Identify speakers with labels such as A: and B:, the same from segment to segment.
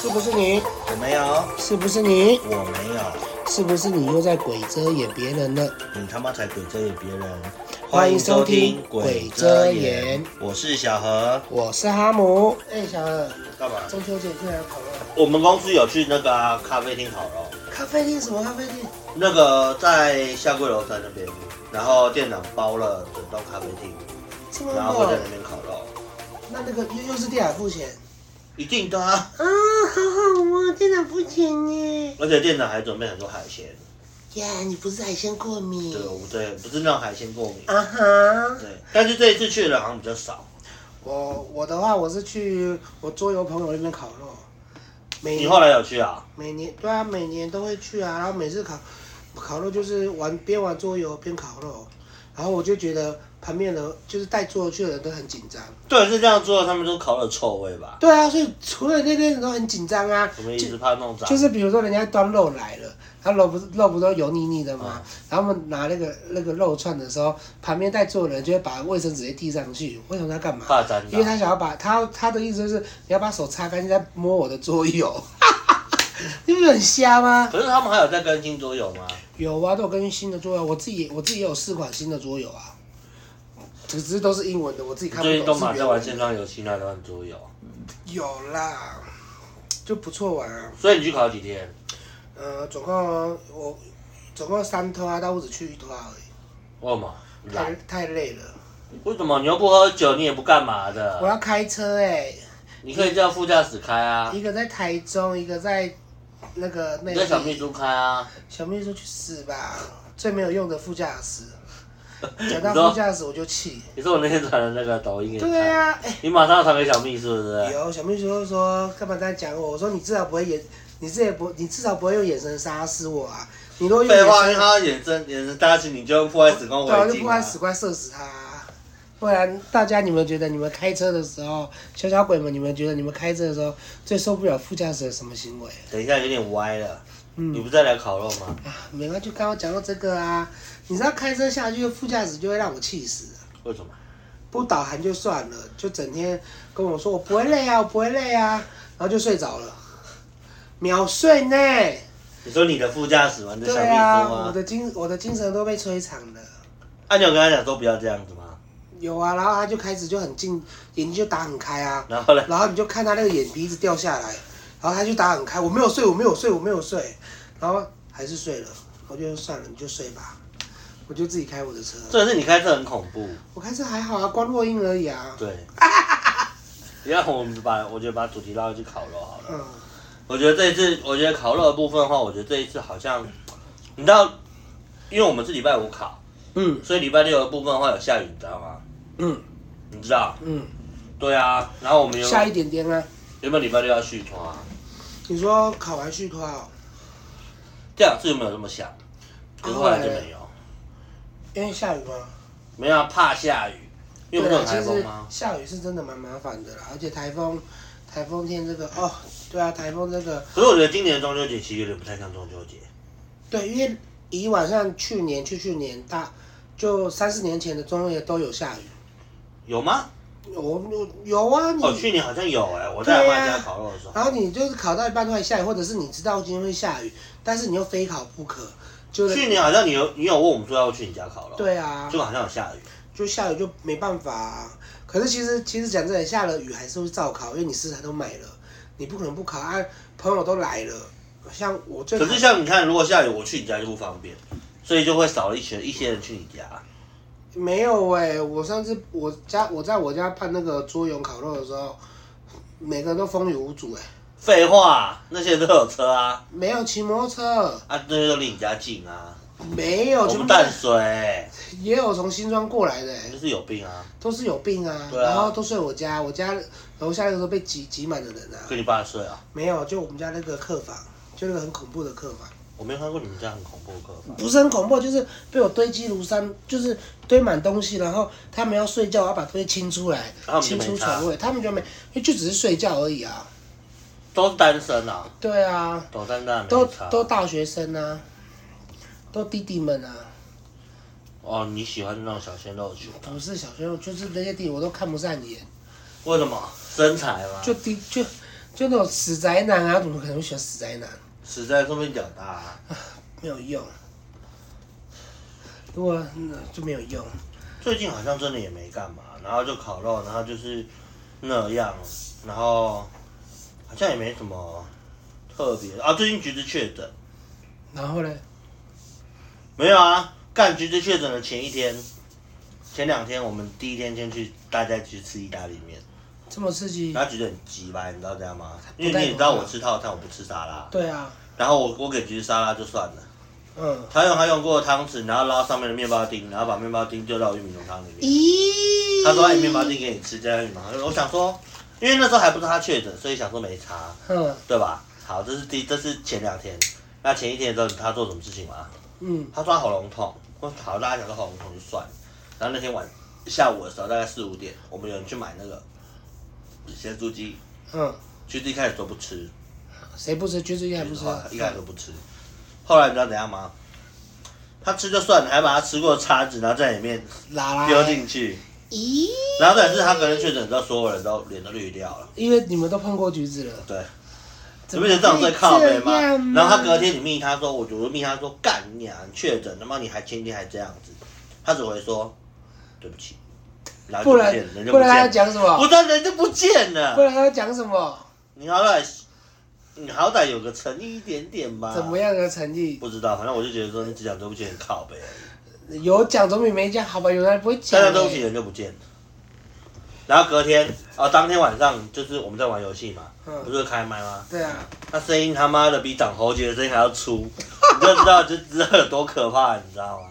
A: 是不是你？
B: 我没有，
A: 是不是你？
B: 我没有，
A: 是不是你又在鬼遮掩别人了？
B: 你他妈才鬼遮眼别人！
A: 欢迎收听
B: 欢迎
A: 鬼遮眼，
B: 我是小何。
A: 我是哈姆。哎、小二，
B: 干嘛？
A: 中秋节居然有烤肉？
B: 我们公司有去那个啊、咖啡厅烤肉，
A: 咖啡厅什么咖啡厅？
B: 那个在下桂楼山那边，然后店长包了整栋咖啡厅，
A: 这么
B: 然后会
A: 猛
B: 在？那边烤肉，
A: 那那个又又是店长付钱？
B: 一定的啊！
A: 啊，好好哦，店长付钱耶！
B: 而且店长还准备很多海鲜，
A: 呀、你不是海鲜过敏
B: 对，我对不是那种海鲜过敏，
A: 啊哈。
B: 对。但是这一次去的人好像比较少，
A: 我我的话，我是去我桌游朋友那边烤肉，每
B: 你后来有去啊？
A: 每年对啊，每年都会去啊，然后每次烤烤肉就是玩边玩桌游边烤肉，然后我就觉得旁边的就是带桌游去的人都很紧张。
B: 对，是这样做，他们都烤了臭味吧？
A: 对啊，所以除了那边人都很紧张啊，
B: 我们一
A: 就
B: 直怕弄脏，
A: 就是比如说人家端肉来了，他肉不是肉不都油腻腻的吗？然后他们拿那个那个肉串的时候，旁边带坐的人就会把卫生纸给递上去，为什么他干嘛？
B: 怕啊沾
A: 因为
B: 到。
A: 他想要把他他的意思就是你要把手擦干净再摸我的桌游， 你不是很瞎吗？
B: 可是他们还有在更新桌游吗？
A: 有啊，都有更新新的桌游，我自己我自己也有四款新的桌游啊，只只是都是英文的，我自己看不
B: 最
A: 懂。
B: 近都忙
A: 是
B: 在
A: 原文
B: 玩线上游戏那段桌游，
A: 有啦，就不错玩啊。
B: 所以你去考几天？
A: 呃，总共我总共三拖啊，但我只去一拖而已，
B: 为什么？
A: 太
B: 懒？
A: 太累了。
B: 为什么？你又不喝酒，你也不干嘛
A: 我
B: 的？
A: 要开车哎、
B: 你可以叫副驾驶开啊，
A: 一个在台中，一个在那个内
B: 你
A: 地。
B: 叫小秘书开啊。
A: 小秘书去死吧，最没有用的副驾 驶。讲
B: 你知道
A: 到副驾驶我就气。
B: 你说我那天传的那个抖音给你看，
A: 对啊，哎、
B: 你马上传给小秘书，是不是？
A: 有小秘书就说干嘛这样讲我？我说你至少不会眼，你至少不，你至少不会用眼神杀死我啊！你如果用
B: 废
A: 眼
B: 话，因为
A: 神，
B: 他眼神眼神搭起，你就破坏时光
A: 对
B: 回
A: 啊，就
B: 境
A: 不
B: 啊
A: 然。死快射死他啊、不然大家你们觉得你们开车的时候，小小鬼们，你们觉得你们开车的时候最受不了副驾驶的什么行为？
B: 等一下有点歪了，你
A: 嗯
B: 不是在聊烤肉吗？
A: 啊，没关系，刚刚讲到这个啊，你知道开车下去副驾驶就会让我气死。
B: 为什么？
A: 不导航就算了，就整天跟我说我不会累啊，我不会累啊，然后就睡着了，秒睡呢。
B: 你说你的副驾驶玩的小秘
A: 对
B: 书
A: 啊，我
B: 吗？
A: 的精我的精神都被摧残了。
B: 按啊钮跟他讲说不要这样子吗？
A: 有啊，然后他就开始就很近，眼睛就打很开啊，
B: 然后嘞，
A: 然后你就看他那个眼皮一直掉下来，然后他就打很开，我没有睡，我没有睡，我没有睡，然后还是睡了，我就算了，你就睡吧，我就自己开我的车，
B: 这是你开车很恐怖。
A: 我开车还好啊，关落音而已啊，
B: 对，然后我们把我觉得把主题拉回去烤肉好了。
A: 嗯，
B: 我觉得这一次，我觉得烤肉的部分的话，我觉得这一次好像，你知道，因为我们是礼拜五烤，
A: 嗯
B: 所以礼拜六的部分的话有下雨，你知道吗？
A: 嗯
B: 你知道？
A: 嗯，
B: 对啊。然后我们原
A: 下
B: 本
A: 一点点啊。
B: 原本礼拜六要续团、啊，
A: 你说考完续托哦，
B: 这两次有没有这么想？可是后来就没有，
A: 因为下雨吗？
B: 没有啊怕下雨，因为不是有台风吗
A: 其？实下雨啊是真的蛮麻烦的啦，而且台风，台风天这个哦，对啊，台风这个
B: 可是我觉得今年的中秋节其实有点不太像中秋节，
A: 对，因为以往像去年、去去年大，就三四年前的中秋节都有下雨，
B: 有吗？
A: 有有有啊你，
B: 哦，去年好像有哎、我在我外
A: 啊
B: 家烤肉的时候。
A: 然后你就是考到一半突然下雨，或者是你知道今天会下雨，但是你又非考不可，就是
B: 去年好像你有你有问我们说要去你家烤肉，，
A: 对啊，
B: 就好像有下雨，
A: 就下雨就没办法、啊。可是其实其实讲真的，下了雨还是会照考，因为你食材都买了，你不可能不考啊。朋友都来了，像我最
B: 可是像你看，如果下雨，我去你家就不方便，所以就会少了一些一些人去你家。
A: 没有哎、我上次我家我在我家办那个桌游烤肉的时候，每个人都风雨无阻哎、
B: 废话，那些人都有车啊，
A: 哎没有骑摩托车，
B: 啊，那些都离你家近啊。
A: 没有
B: 我
A: 全
B: 们
A: 部
B: 淡水，
A: 也有从新庄过来的、
B: 你
A: 欸，
B: 就是有病啊，
A: 都是有病啊，
B: 对啊
A: 然后都睡我家，我家楼下那个时候被挤挤满的人啊，
B: 跟你爸睡啊。
A: 没有就我们家那个客房，就那个很恐怖的客房。
B: 我没有看过你们家很恐怖的客房，
A: 不是很恐怖，就是被我堆积如山，就是堆满东西，然后他们要睡觉，我要把东西清出来
B: 然后，你就
A: 清出
B: 没差
A: 床位，他们就没，就只是睡觉而已啊。
B: 都是单身啊，
A: 对啊，
B: 抖蛋蛋
A: 都
B: 没差
A: 都大学生啊，都弟弟们啊，
B: 哦，你喜欢那种小鲜肉群啊？
A: 不是小学生，就是那些弟弟我都看不上眼，
B: 为什么？身材吗？
A: 就弟就就那种死宅男啊，怎么可能会喜欢死宅男？
B: 死在上面屌大、啊，
A: 没有用。如果、嗯就没有用，
B: 最近好像真的也没干嘛，然后就烤肉，然后就是那样，然后好像也没什么特别啊。最近橘子确诊，
A: 然后呢？
B: 没有啊，干橘子确诊的前一天，前两天我们第一天先去大家去吃意大利面，
A: 这么刺激
B: 然？后橘子很鸡掰，你知道这样吗？因为你也知道我吃套餐，我不吃沙拉，
A: 对啊，
B: 然后我我给橘子沙拉就算了，
A: 嗯。
B: 他用他用过的汤匙，然后捞上面的面包丁，然后把面包丁丢到我玉米浓汤里面。
A: 咦
B: 他说：“哎，面包丁给你吃，加玉米浓汤。”我想说，因为那时候还不知道他确诊，所以想说没差，
A: 嗯
B: 对吧？好，这是第这是前两天，那前一天的时候他做什么事情吗？
A: 嗯，
B: 他抓喉咙痛，我好大家想说喉咙痛就算了。然后那天晚下午的时候，大概四五点，我们有人去买那个咸猪鸡，
A: 嗯，
B: 其实一开始都不吃，
A: 谁不吃橘子叶还不吃？啊
B: 一开始都不吃。后来你知道怎样吗？他吃就算了，还把他吃过的叉子，然后在里面
A: 拉拉
B: 丢进去。
A: 咦？
B: 然后但是他可能确诊之后，所有人都脸都绿掉了。
A: 因为你们都碰过橘子了，
B: 对，
A: 怎
B: 你
A: 么
B: 不觉得这种最靠
A: 可以
B: 北吗
A: 这样啊？
B: 然后他隔天你密他说，我我就密他说干你啊，你确诊他妈你还前天还这样子，他只会说对不起，然后
A: 不
B: 就不
A: 然
B: 见了人就
A: 不然他要
B: 见
A: 讲
B: 了，
A: 什么？
B: 我的人就不见
A: 不
B: 了。
A: 然他要讲什么？
B: 你好歹你好歹有个诚意一点点吧。
A: 怎么样的诚意？
B: 不知道，反正我就觉得说你只讲对不起很靠北，
A: 有讲总比没讲好吧？有的人不会
B: 大
A: 讲、
B: 家对不起人就不见了。然后隔天啊、当天晚上就是我们在玩游戏嘛，不
A: 嗯，
B: 是会开麦吗？
A: 对啊，
B: 他声音他妈的比长喉结的声音还要粗，你就知道就知道有多可怕，你知道吗？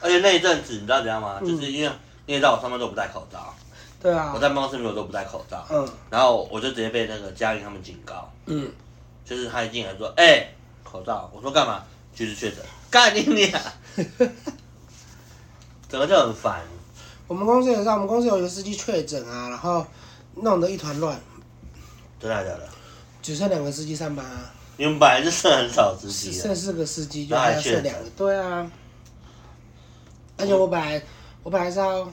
B: 而且那一阵子你知道怎样吗？
A: 嗯
B: 就是因为你也知道我上班都不戴口罩，
A: 对
B: 我
A: 啊，
B: 在办公室里面我都不戴口罩，
A: 嗯
B: 然后我就直接被那个嘉玲他们警告，
A: 嗯，
B: 就是他一进来说：“哎、口罩。”我说：“干嘛？”就是确诊，干你娘！ 整个就很烦。
A: 我们公司也是啊，我们公司有一个司机确诊啊，然后弄得一团乱，
B: 真的假的？
A: 只剩两个司机上班啊，
B: 你们本来就是很少司
A: 只
B: 机的，啊
A: 剩四个司机，就
B: 那还
A: 还要剩
B: 确诊
A: 两个，对啊。而且我本来我本来是要，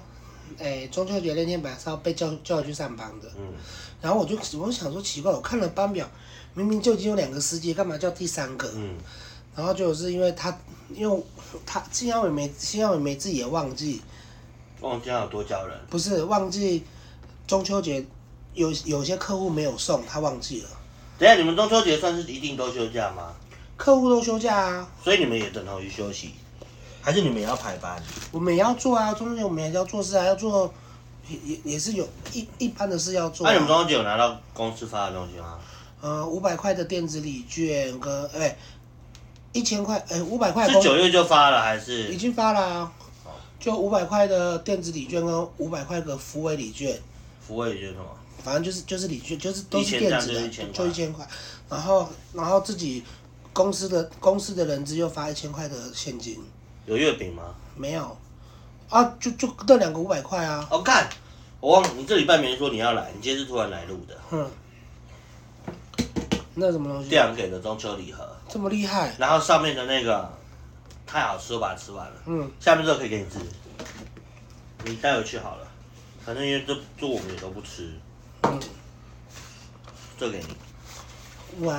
A: 哎、中秋节那天本来是要被叫叫去上班的，
B: 嗯，
A: 然后我就我想说奇怪，我看了班表，明明就已经有两个司机，干嘛叫第三个？
B: 嗯，
A: 然后就是因为他，因为他新耀伟没新耀伟没自己也忘记，
B: 忘记他有多叫人，
A: 不是忘记中秋节有有些客户没有送，他忘记了，
B: 等一下，你们中秋节算是一定都休假吗？
A: 客户都休假啊，
B: 所以你们也等同于休息，还是你们也要排班？
A: 我们也要做啊，中秋节我们也要做事啊，要做也也也是有一一般的事要做、
B: 那、你
A: 啊，
B: 们中秋节有拿到公司发的东西吗？
A: 呃，五百块的电子礼券跟哎一千块哎五百块
B: 是
A: 公
B: 九月就发了还
A: 已
B: 是？
A: 经发了、啊
B: 哦，
A: 就五百块的电子礼券跟五百块的福委礼券，
B: 福卫就是什么？
A: 反正就是就是礼券，就是都是
B: 1000
A: 电子
B: 这样
A: 的，
B: 就1000
A: 就一千块。然后然后自己公司的公司的人资又发一千块的现金，
B: 有月饼吗？
A: 没有啊，就就那两个五百块啊，
B: 哦，干！我忘了你这礼拜没说你要来，你今天是突然来录的。
A: 哼、那什么东西
B: 店长给的中秋礼盒，
A: 这么厉害？
B: 然后上面的那个太好吃，我把它吃完了。
A: 嗯，
B: 下面这个可以给你吃，你带回去好了。反正因为这这我们也都不吃，
A: 嗯
B: 这给你。
A: 哇，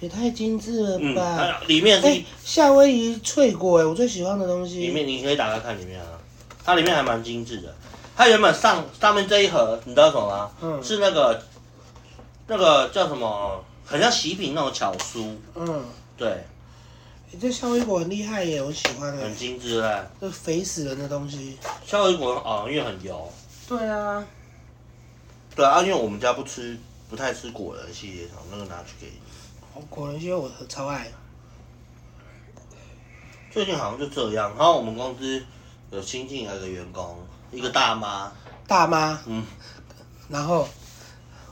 A: 也太精致了
B: 嗯，
A: 吧！
B: 它里面
A: 哎、
B: 是一
A: 夏威夷脆果哎、我最喜欢的东西。
B: 里面你可以打开看里面啊，它里面还蛮精致的。它原本上上面这一盒，你知道什么吗？
A: 嗯
B: 是那个那个叫什么，很像喜饼那种巧酥，
A: 嗯。
B: 对，
A: 欸这夏威夷果很厉害耶，我喜欢
B: 很
A: 哎，
B: 精致哎。
A: 这肥死人的东西。
B: 夏威夷果哦，因为很油。
A: 对啊，
B: 对啊，因为我们家不吃，不太吃果仁系列，从那个拿去给你。
A: 哦果仁鲜我超爱。
B: 最近好像就这样。然后我们公司有新进来的员工，一个大妈，
A: 大妈，
B: 嗯，
A: 然后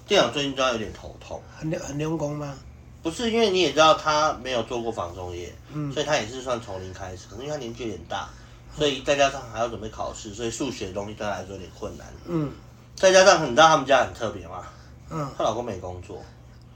B: 店长最近知道有点头痛，
A: 很溜很溜工吗？
B: 不是因为你也知道他没有做过房中业，
A: 嗯
B: 所以他也是算从零开始，可能因为他年纪有点大，所以再加上还要准备考试，所以数学的东西对他来说有点困难。
A: 嗯
B: 再加上你知道他们家很特别 吗？
A: 嗯，
B: 她老公没工作，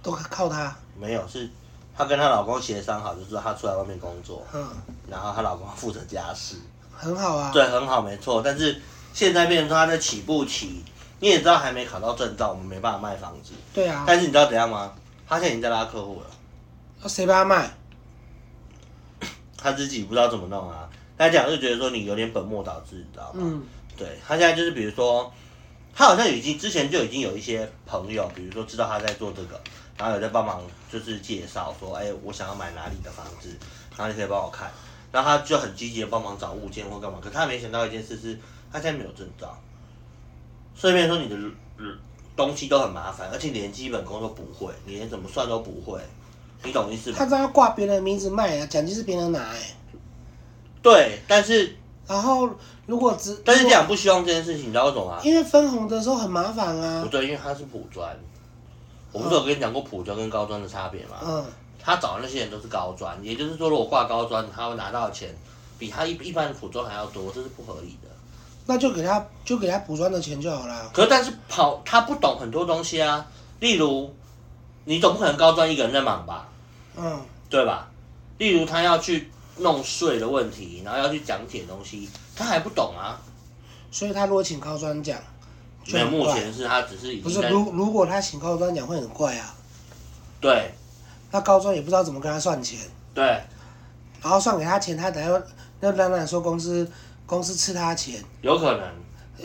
A: 都靠她。
B: 没有是她跟她老公协商好，就是她出来外面工作，
A: 嗯，
B: 然后她老公负责家事，
A: 很好啊。
B: 对，很好，没错。但是现在变成她在起步期，你也知道还没考到证照，我们没办法卖房子。
A: 对啊，
B: 但是你知道怎样吗？他现在已经在拉客户了，
A: 那谁帮他卖？
B: 他自己不知道怎么弄啊。他讲就觉得说你有点本末倒置，你知道吗？
A: 嗯，
B: 对他现在就是比如说，他好像已经之前就已经有一些朋友，比如说知道他在做这个，然后有在帮忙就是介绍说，哎、我想要买哪里的房子，然后你可以帮我看，然后他就很积极的帮忙找物件或干嘛，可他没想到一件事是，他现在没有证照，顺便说你的、嗯东西都很麻烦，而且连基本功都不会，你连怎么算都不会，你懂意思
A: 他
B: 吗？
A: 这样挂别人的名字卖啊，奖金是别人拿哎、
B: 对，但是
A: 然后如果只
B: 但是这样不希望这件事情，你知道为什么吗？
A: 因为分红的时候很麻烦
B: 不
A: 啊，
B: 对，因为他是普专，我不是有跟你讲过普专跟高专的差别吗？
A: 嗯，
B: 他找的那些人都是高专，也就是说，如果挂高专，他会拿到的钱比他一一般的普专还要多，这是不合理的。
A: 那就给他就给他补赚的钱就好啦。
B: 可是，但是跑他不懂很多东西啊，例如，你总不可能高专一个人在忙吧，
A: 嗯，
B: 对吧？例如他要去弄税的问题，然后要去讲解东西，他还不懂啊。
A: 所以他如果请高专奖，就
B: 所以
A: 很
B: 目
A: 怪
B: 前是他只是已
A: 不
B: 经
A: 是
B: 在
A: 如如果他请高专奖会很怪啊，
B: 对
A: 那高专也不知道怎么跟他算钱，
B: 对
A: 然后算给他钱，他等下又那当然说公司公司吃他钱，
B: 有可能，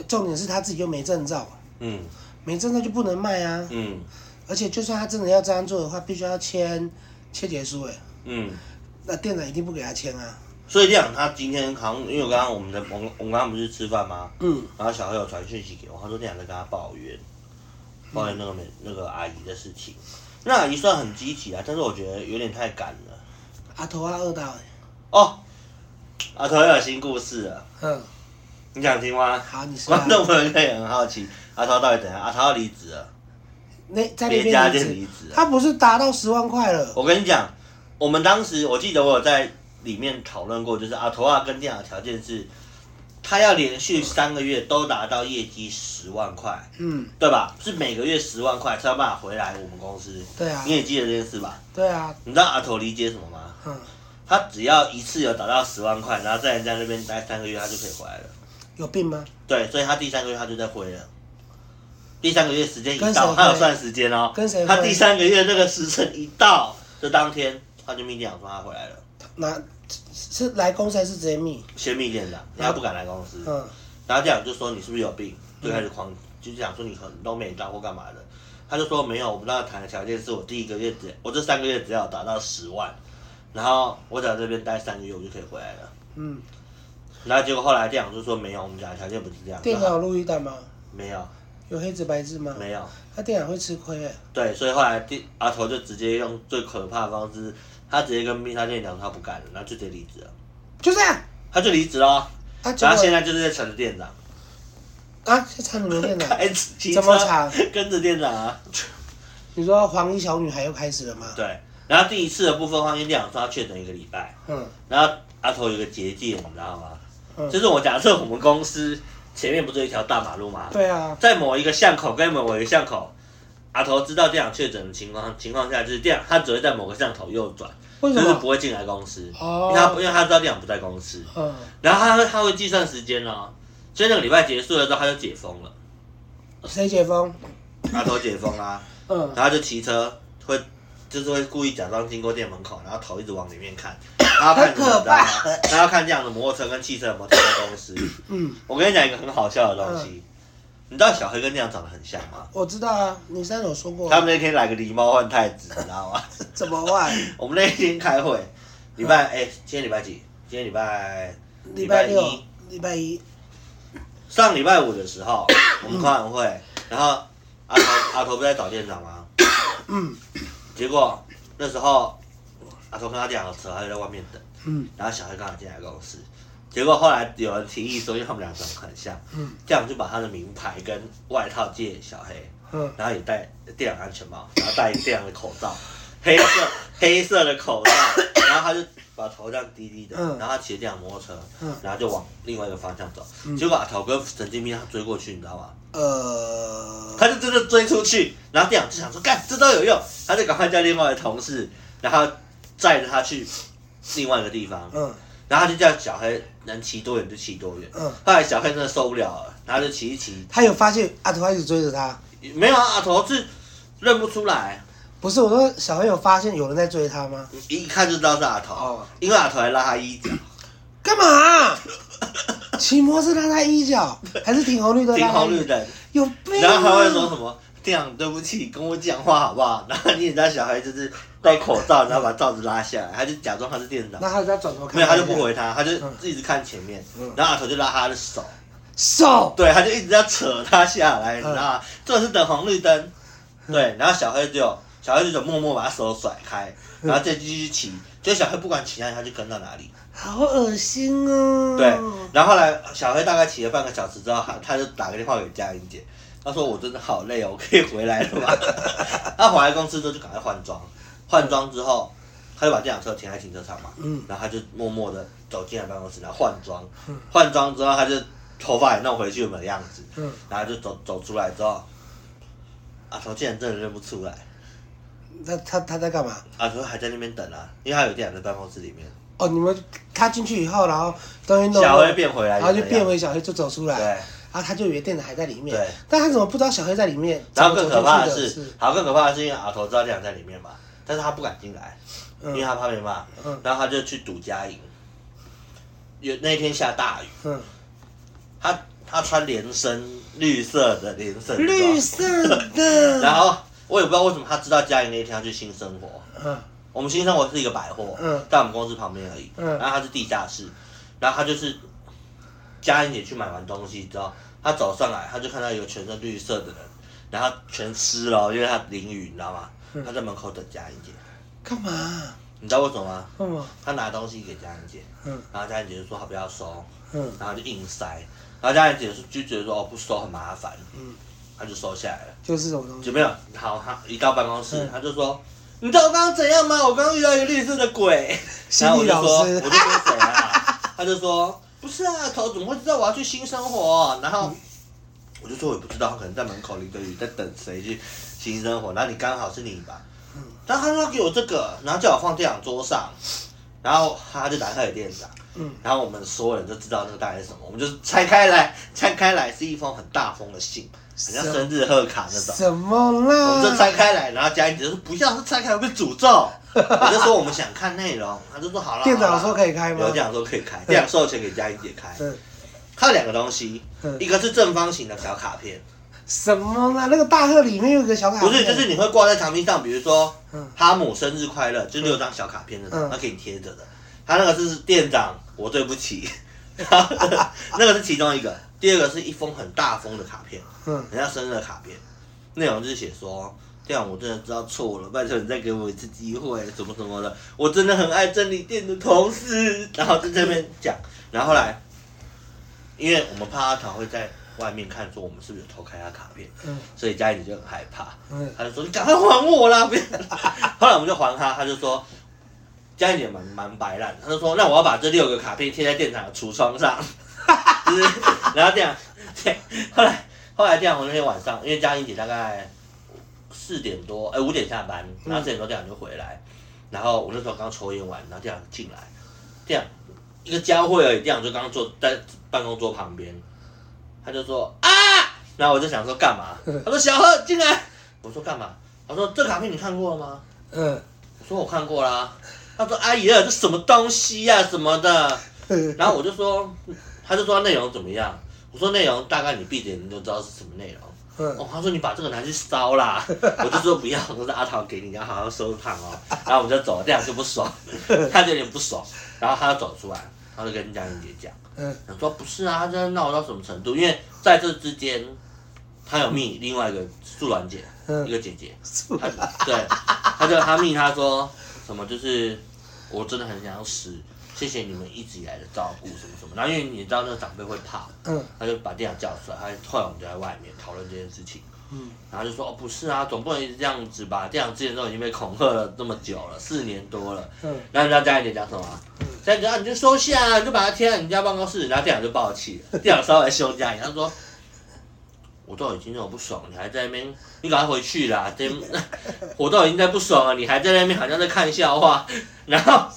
A: 重点是他自己又没证照，
B: 嗯
A: 没证照就不能卖啊，
B: 嗯
A: 而且就算他真的要这样做的话，必须要签切结书哎、
B: 嗯。
A: 那店长一定不给他签啊，
B: 所以这样，他今天好像因为我刚刚我们的我们我们刚刚不是吃饭吗？
A: 嗯，
B: 然后小黑有传讯息给我，他说店长在跟他抱怨，抱怨那个美那个阿姨的事情。那阿姨算很积极啊，但是我觉得有点太赶了。
A: 阿头啊二道哎、
B: 哦，阿头又有新故事了，
A: 嗯，
B: 你想听吗？
A: 好你说、啊
B: 观，众朋友应该也很好奇，阿头到底怎样？阿头要离职了，
A: 那在那
B: 别家
A: 边
B: 店
A: 离
B: 离
A: 职，
B: 职了。
A: 他不是达到十万块了，
B: 我跟你讲，我们当时我记得我有在里面讨论过，就是阿头啊跟店长的条件是，他要连续三个月都达到业绩十万块，
A: 嗯，
B: 对吧？是每个月十万块才有办法回来我们公司。
A: 对啊
B: 你，也记得这件事吧？
A: 对啊，
B: 你知道阿头理解什么吗？
A: 嗯，
B: 他只要一次有达到十万块，然后在人家那边待三个月，他就可以回来了。
A: 有病吗？
B: 对，所以他第三个月他就在挥了。第三个月时间一
A: 跟谁
B: 到，
A: 挥
B: 他有算时间哦。
A: 跟谁挥
B: 他第三个月那个时辰一到，就当天他就密店长说他回来了。
A: 那是来公司还是直接密？
B: 先密店长，他不敢来公司，
A: 嗯，
B: 然后店长就说你是不是有病，就开始狂，就讲说你可能都没到或干嘛的，他就说没有，我们那谈的条件是我第一个月只，我这三个月只要达到十万，然后我只要这边待三个月我就可以回来了，
A: 嗯，
B: 然后结果后来店长就说没有，我们讲的条件不是这样，
A: 店长有录音档吗？
B: 没有
A: 有黑字白字吗？
B: 没有，
A: 那店长会吃亏哎、
B: 对，所以后来店阿头就直接用最可怕的方式，他直接跟蜜他店长说他不干了，然后就直接离职了，
A: 就这样。
B: 他就离职了，哦
A: 啊，结
B: 然后现
A: 果
B: 在就是在缠着店长，
A: 啊，是唱你们店长。
B: 开始骑
A: 怎么
B: 车
A: 缠
B: 跟着店长啊。
A: 你说黄衣小女孩又开始了吗？
B: 对，然后第一次的部分话，因为两说他确诊一个礼拜，
A: 嗯
B: 然后阿头有个结界，你知道吗？
A: 嗯，
B: 就是我假设我们公司前面不是有一条大马路吗？
A: 对啊，
B: 在某一个巷口跟某一个巷口，阿头知道店长确诊的情况情况下，就是店长他只会在某个巷口右转，
A: 为
B: 就
A: 什
B: 是
A: 么？
B: 不会进来公司，因为他因
A: 哦，
B: 为他知道店长不在公司，
A: 嗯，
B: 然后他会他会计算时间哦，所以那个礼拜结束了之后他就解封了，
A: 谁解封？
B: 阿头解封啦、
A: 嗯，
B: 然后就骑车会，就是会故意假装经过店门口，然后头一直往里面看，然后看什么
A: 很可怕
B: 你知道吗然后看这样的摩托车跟汽车有没有停在公司。
A: 嗯，
B: 我跟你讲一个很好笑的东西，你知道小黑跟店长长得很像吗？
A: 我知道啊，你上次有说过啊。
B: 他们那天来个狸猫换太子，你知道吗？
A: 怎么换？
B: 我们那天开会，礼拜哎、今天礼拜几？今天礼拜
A: 礼拜六
B: 一，
A: 礼拜一，
B: 上礼拜五的时候，我们开完会，然后阿头阿头不在找店长吗？
A: 嗯
B: 结果那时候阿头跟他讲车，他就在外面等，
A: 嗯
B: 然后小黑刚好进来公司。结果后来有人提议说，因为他们俩长得很像，
A: 嗯
B: 这样就把他的名牌跟外套借小黑，
A: 嗯，
B: 然后也戴电氧安全帽，然后戴电氧的口罩，黑色黑色的口罩， 然后他就把头这样低低的，
A: 嗯
B: 然后他骑着电氧摩托车，
A: 嗯
B: 然后就往另外一个方向走。
A: 嗯
B: 结果阿头跟神经病他追过去，你知道吗？
A: 呃，
B: 他就真的追出去，然后店长就想说，干这都有用，他就赶快叫另外的同事，然后载着他去另外一个地方，
A: 嗯
B: 然后他就叫小黑能骑多远就骑多远。
A: 嗯
B: 后来小黑真的受不了了，然后就骑一骑，
A: 他有发现阿头一直追着他，
B: 没有啊，阿头是认不出来，
A: 不是我说小黑有发现有人在追他吗？
B: 一看就知道是阿头，
A: 哦
B: 因为阿头还拉他衣角，
A: 干 嘛？骑摩托车拉他衣角，还是停红绿灯？
B: 停红绿，灯，
A: 有病、啊！
B: 然后还会说什么？样对不起，跟我讲话好不好？ 然后你也知道小孩就是戴口 罩，然后把罩子拉下来，他就假装他是店长，
A: 那他再转头看，
B: 没有他就不，回他，他就
A: 嗯
B: 一直看前面
A: 嗯，
B: 然后阿头就拉他的手，
A: 手
B: 对，他就一直要扯他下来，你
A: 嗯
B: 知道吗？这是等红绿灯，对，然后小黑就小黑就默默把他手甩开，
A: 嗯
B: 然后再继续骑，就小黑不管骑哪里，他就跟到哪里，
A: 好恶心哦。
B: 对，然后后来小黑大概骑了半个小时之后，他他就打个电话给佳音姐，他说我真的好累哦，我可以回来了吗？ 他回来公司之后就赶快换装，换装之后他就把电脑车停在停车场嘛，
A: 嗯
B: 然后他就默默的走进来办公室，然后换装，换装之后他就头发也弄回去原本的样子，
A: 嗯，
B: 然后就走走出来之后，啊阿头竟然真的认不出来，
A: 那他他在干嘛？
B: 阿头还在那边等啊，因为他有电脑在办公室里面，
A: 哦，你们他进去以后，然后东西弄
B: 小黑
A: 了，
B: 变回来，
A: 然后就变。回小黑，就走出来，
B: 对，
A: 然后他就以为店长还在里面
B: 对，
A: 但他怎么不知道小黑在里面？
B: 然后更可怕的
A: 怎么走进去
B: 是，好，更可怕的是，因为阿头知道店长在里面嘛，但是他不敢进来，因为
A: 嗯
B: 他怕被骂，
A: 嗯
B: 然后他就去赌家营。有那天下大雨，
A: 嗯，
B: 他他穿连身绿色的连身 装
A: 绿色的，
B: 然后我也不知道为什么他知道嘉颖那一天要去新生活。
A: 嗯
B: 我们新生活是一个百货，
A: 嗯
B: 在我们公司旁边而已。
A: 嗯
B: 然后他是地下室，然后他就是嘉颖也去买完东西之后，他走上来，他就看到一个全身绿色的人，然后他全湿了哦，因为他淋雨，你知道吗？
A: 嗯
B: 他在门口等嘉颖姐，
A: 干嘛？
B: 你知道为什么吗？
A: 干嘛？
B: 他拿东西给嘉颖姐，
A: 嗯
B: 然后嘉颖姐就说她不要收，
A: 嗯
B: 然后就硬塞，然后嘉颖姐就觉得说哦不收很麻烦，
A: 嗯，
B: 他就收下来了。
A: 就是这种东西。
B: 就没有好，他一到办公室，
A: 嗯
B: 他就说：“你知道我刚刚怎样吗？我刚刚遇到一个绿色的鬼。”
A: 心
B: 然后我
A: 理
B: 就说：“
A: 老师
B: 我就说，谁啊？” 他就说：“不是啊，头怎么会知道我要去新生活？”然后我就说：“我也不知道，他可能在门口淋着雨，在等谁去新生活。”然后你刚好是你吧？然后他说给我这个，然后叫我放电脑桌上，然后他就打开给店长。
A: 嗯
B: 然后我们所有人就知道那个大概是什么，我们就拆开来，拆开来是一封很大封的信，很像生日贺卡那种。
A: 什么
B: 我们就
A: 啦？
B: 拆开来，然后佳音姐就说不要，拆开来会被 诅咒。我就说我们想看内容，他就说好了。
A: 店长
B: 好
A: 说
B: 啦
A: 可以开吗
B: 有店长说可以开，店长收了钱给佳音姐开。
A: 嗯
B: 它有两个东西，
A: 嗯
B: 一个是正方形的小卡片，
A: 什么啦？那个大贺里面有个小卡片，
B: 不是就是你会挂在墙壁上，比如说
A: 嗯
B: 哈姆生日快乐，就六张小卡片那
A: 嗯
B: 种，它可以贴着的。他那个是店长，我对不起， 那个是其中一个，第二个是一封很大封的卡片。
A: 嗯
B: 人家生日卡片，内容就是写说，这样我真的知道错了，拜托你再给我一次机会，什么什么的，我真的很爱真理店的同事，然后在这边讲，然后后来，因为我们怕他常会在外面看说我们是不是有偷开他卡片，
A: 嗯
B: 所以家里就很害怕，
A: 嗯
B: 他就说你赶快还我啦！不要后来我们就还他，他就说。家里也蛮蛮白烂的，他就说：“那我要把这六个卡片贴在店长的橱窗上， 就是然后这样，对，后来后来这样，我那天晚上，因为嘉玲姐大概四点多，哎、五点下班，然后四点多店长就回来，然后我那时候刚抽烟完，然后店长进来，店长一个交会而已，店长就刚坐在办公桌旁边，他就说啊，然后我就想说干嘛？他说小贺进来，我说干嘛？他说这卡片你看过了吗？
A: 嗯
B: 我说我看过啦。他说阿姨啊，这什么东西呀、什么的。
A: 嗯，
B: 然后我就说，他就说内容怎么样？我说内容大概你闭着眼睛就知道是什么内容。
A: 嗯
B: 哦，他说你把这个拿去烧啦，我就说不要，我说阿桃给你，你要好好收藏哦。然后我们就走了，这样就不爽，他就有点不爽，然后他就走出来，他就跟江玲姐讲，
A: 嗯
B: 我说不是啊，他真的闹到什么程度？因为在这之间，他有密另外一个素兰姐，一
A: 嗯，
B: 个姐姐，他 对，他就他命他说什么就是我真的很想死，谢谢你们一直以来的照顾什么什么。然后因为你知道那个长辈会怕，
A: 嗯
B: 他就把店长叫出来，他后来我们就在外面讨论这件事情。
A: 嗯，
B: 然后就说哦不是啊，总不能一直这样子吧？店长之前都已经被恐吓了这么久了，四年多了。
A: 嗯，
B: 然后你知道家里姐讲什么吗？家里姐说啊你就收下啊，你就把它贴在你家办公室，然后店长就爆气了，店长稍微凶家里，他说。我都已经那么不爽，你还在那边，你赶快回去啦！这 我都已经在不爽了，你还在那边好像在看笑话。然后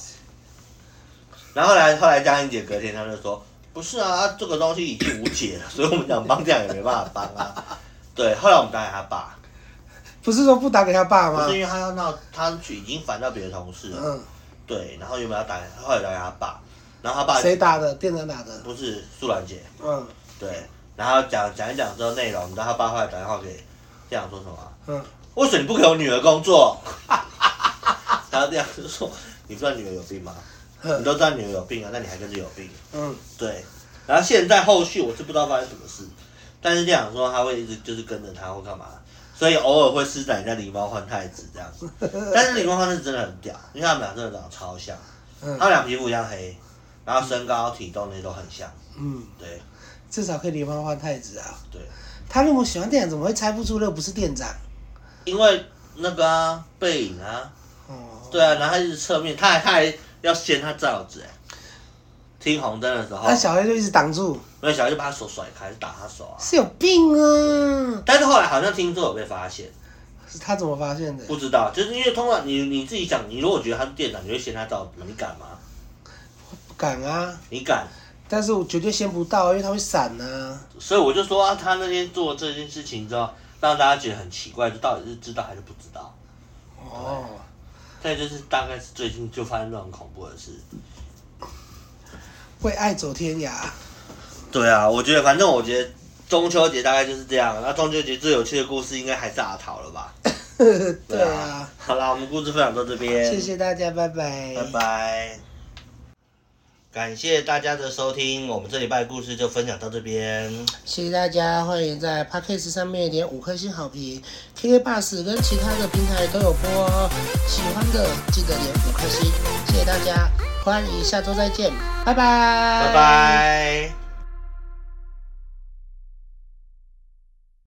B: 然后后来后来江英姐隔天她就说，不是啊，这个东西已经无解了，所以我们想帮这样也没办法帮啊。对，后来我们打给他爸，
A: 不是说不打给他爸
B: 不
A: 吗
B: 是？因为他要闹，他已经烦到别的同事了。
A: 嗯，
B: 对，然后原本要打，后来打给他爸，然后他爸
A: 谁打的？店长打的。
B: 不是素兰姐，
A: 嗯
B: 对，然后讲讲一讲之后内容，你知道他爸后来打电话给店长说什么啊？
A: 嗯，
B: 为什么你不给我女儿工作？ 然后店长就说，你不知道女儿有病吗？你
A: 嗯
B: 都知道女儿有病啊，那你还跟着有病？
A: 嗯，
B: 对，然后现在后续我是不知道发生什么事，但是店长说他会一直就是跟着他或干嘛，所以偶尔会施展一下狸猫换太子这样 子。但是狸猫换太子真的很屌，因为他们俩真的长得超像，
A: 嗯
B: 他们俩皮肤一样黑，然后身高体重那些都很像。
A: 嗯，
B: 对
A: 至少可以狸猫换太子啊。
B: 对，
A: 他那么喜欢店长，怎么会猜不出那不是店长？
B: 因为那个、啊、背影啊，
A: 哦，
B: 对啊，然后他一直侧面，他还他还要掀他罩子、欸，听红灯的时候
A: 那，小黑就一直挡住，
B: 那小孩就把他手甩开，就打他手啊。
A: 是有病啊！
B: 但是后来好像听说有被发现。
A: 是他怎么发现的？
B: 不知道，就是因为通常你你自己想，你如果觉得他是店长，你会嫌他照顾，你敢吗？
A: 不敢啊，
B: 你敢？
A: 但是我绝对先不到，因为他会闪啊。
B: 所以我就说、啊、他那天做这件事情之后，让大家觉得很奇怪，就到底是知道还是不知道？
A: 哦，
B: 再就是大概是最近就发生这种恐怖的事。
A: 为爱走天涯。
B: 对啊，我觉得反正我觉得中秋节大概就是这样。那中秋节最有趣的故事应该还是阿桃了吧？
A: 对啊，。
B: 好啦，我们故事分享到这边，
A: 谢谢大家，拜拜。
B: 拜拜。感谢大家的收听，我们这礼拜的故事就分享到这边。
A: 谢谢大家，欢迎在 p a c k a g e 上面点五颗星好评，KK Bus 跟其他的平台都有播哦。喜欢的记得点五颗星，谢谢大家，欢迎下周再见，拜拜，
B: 拜。拜。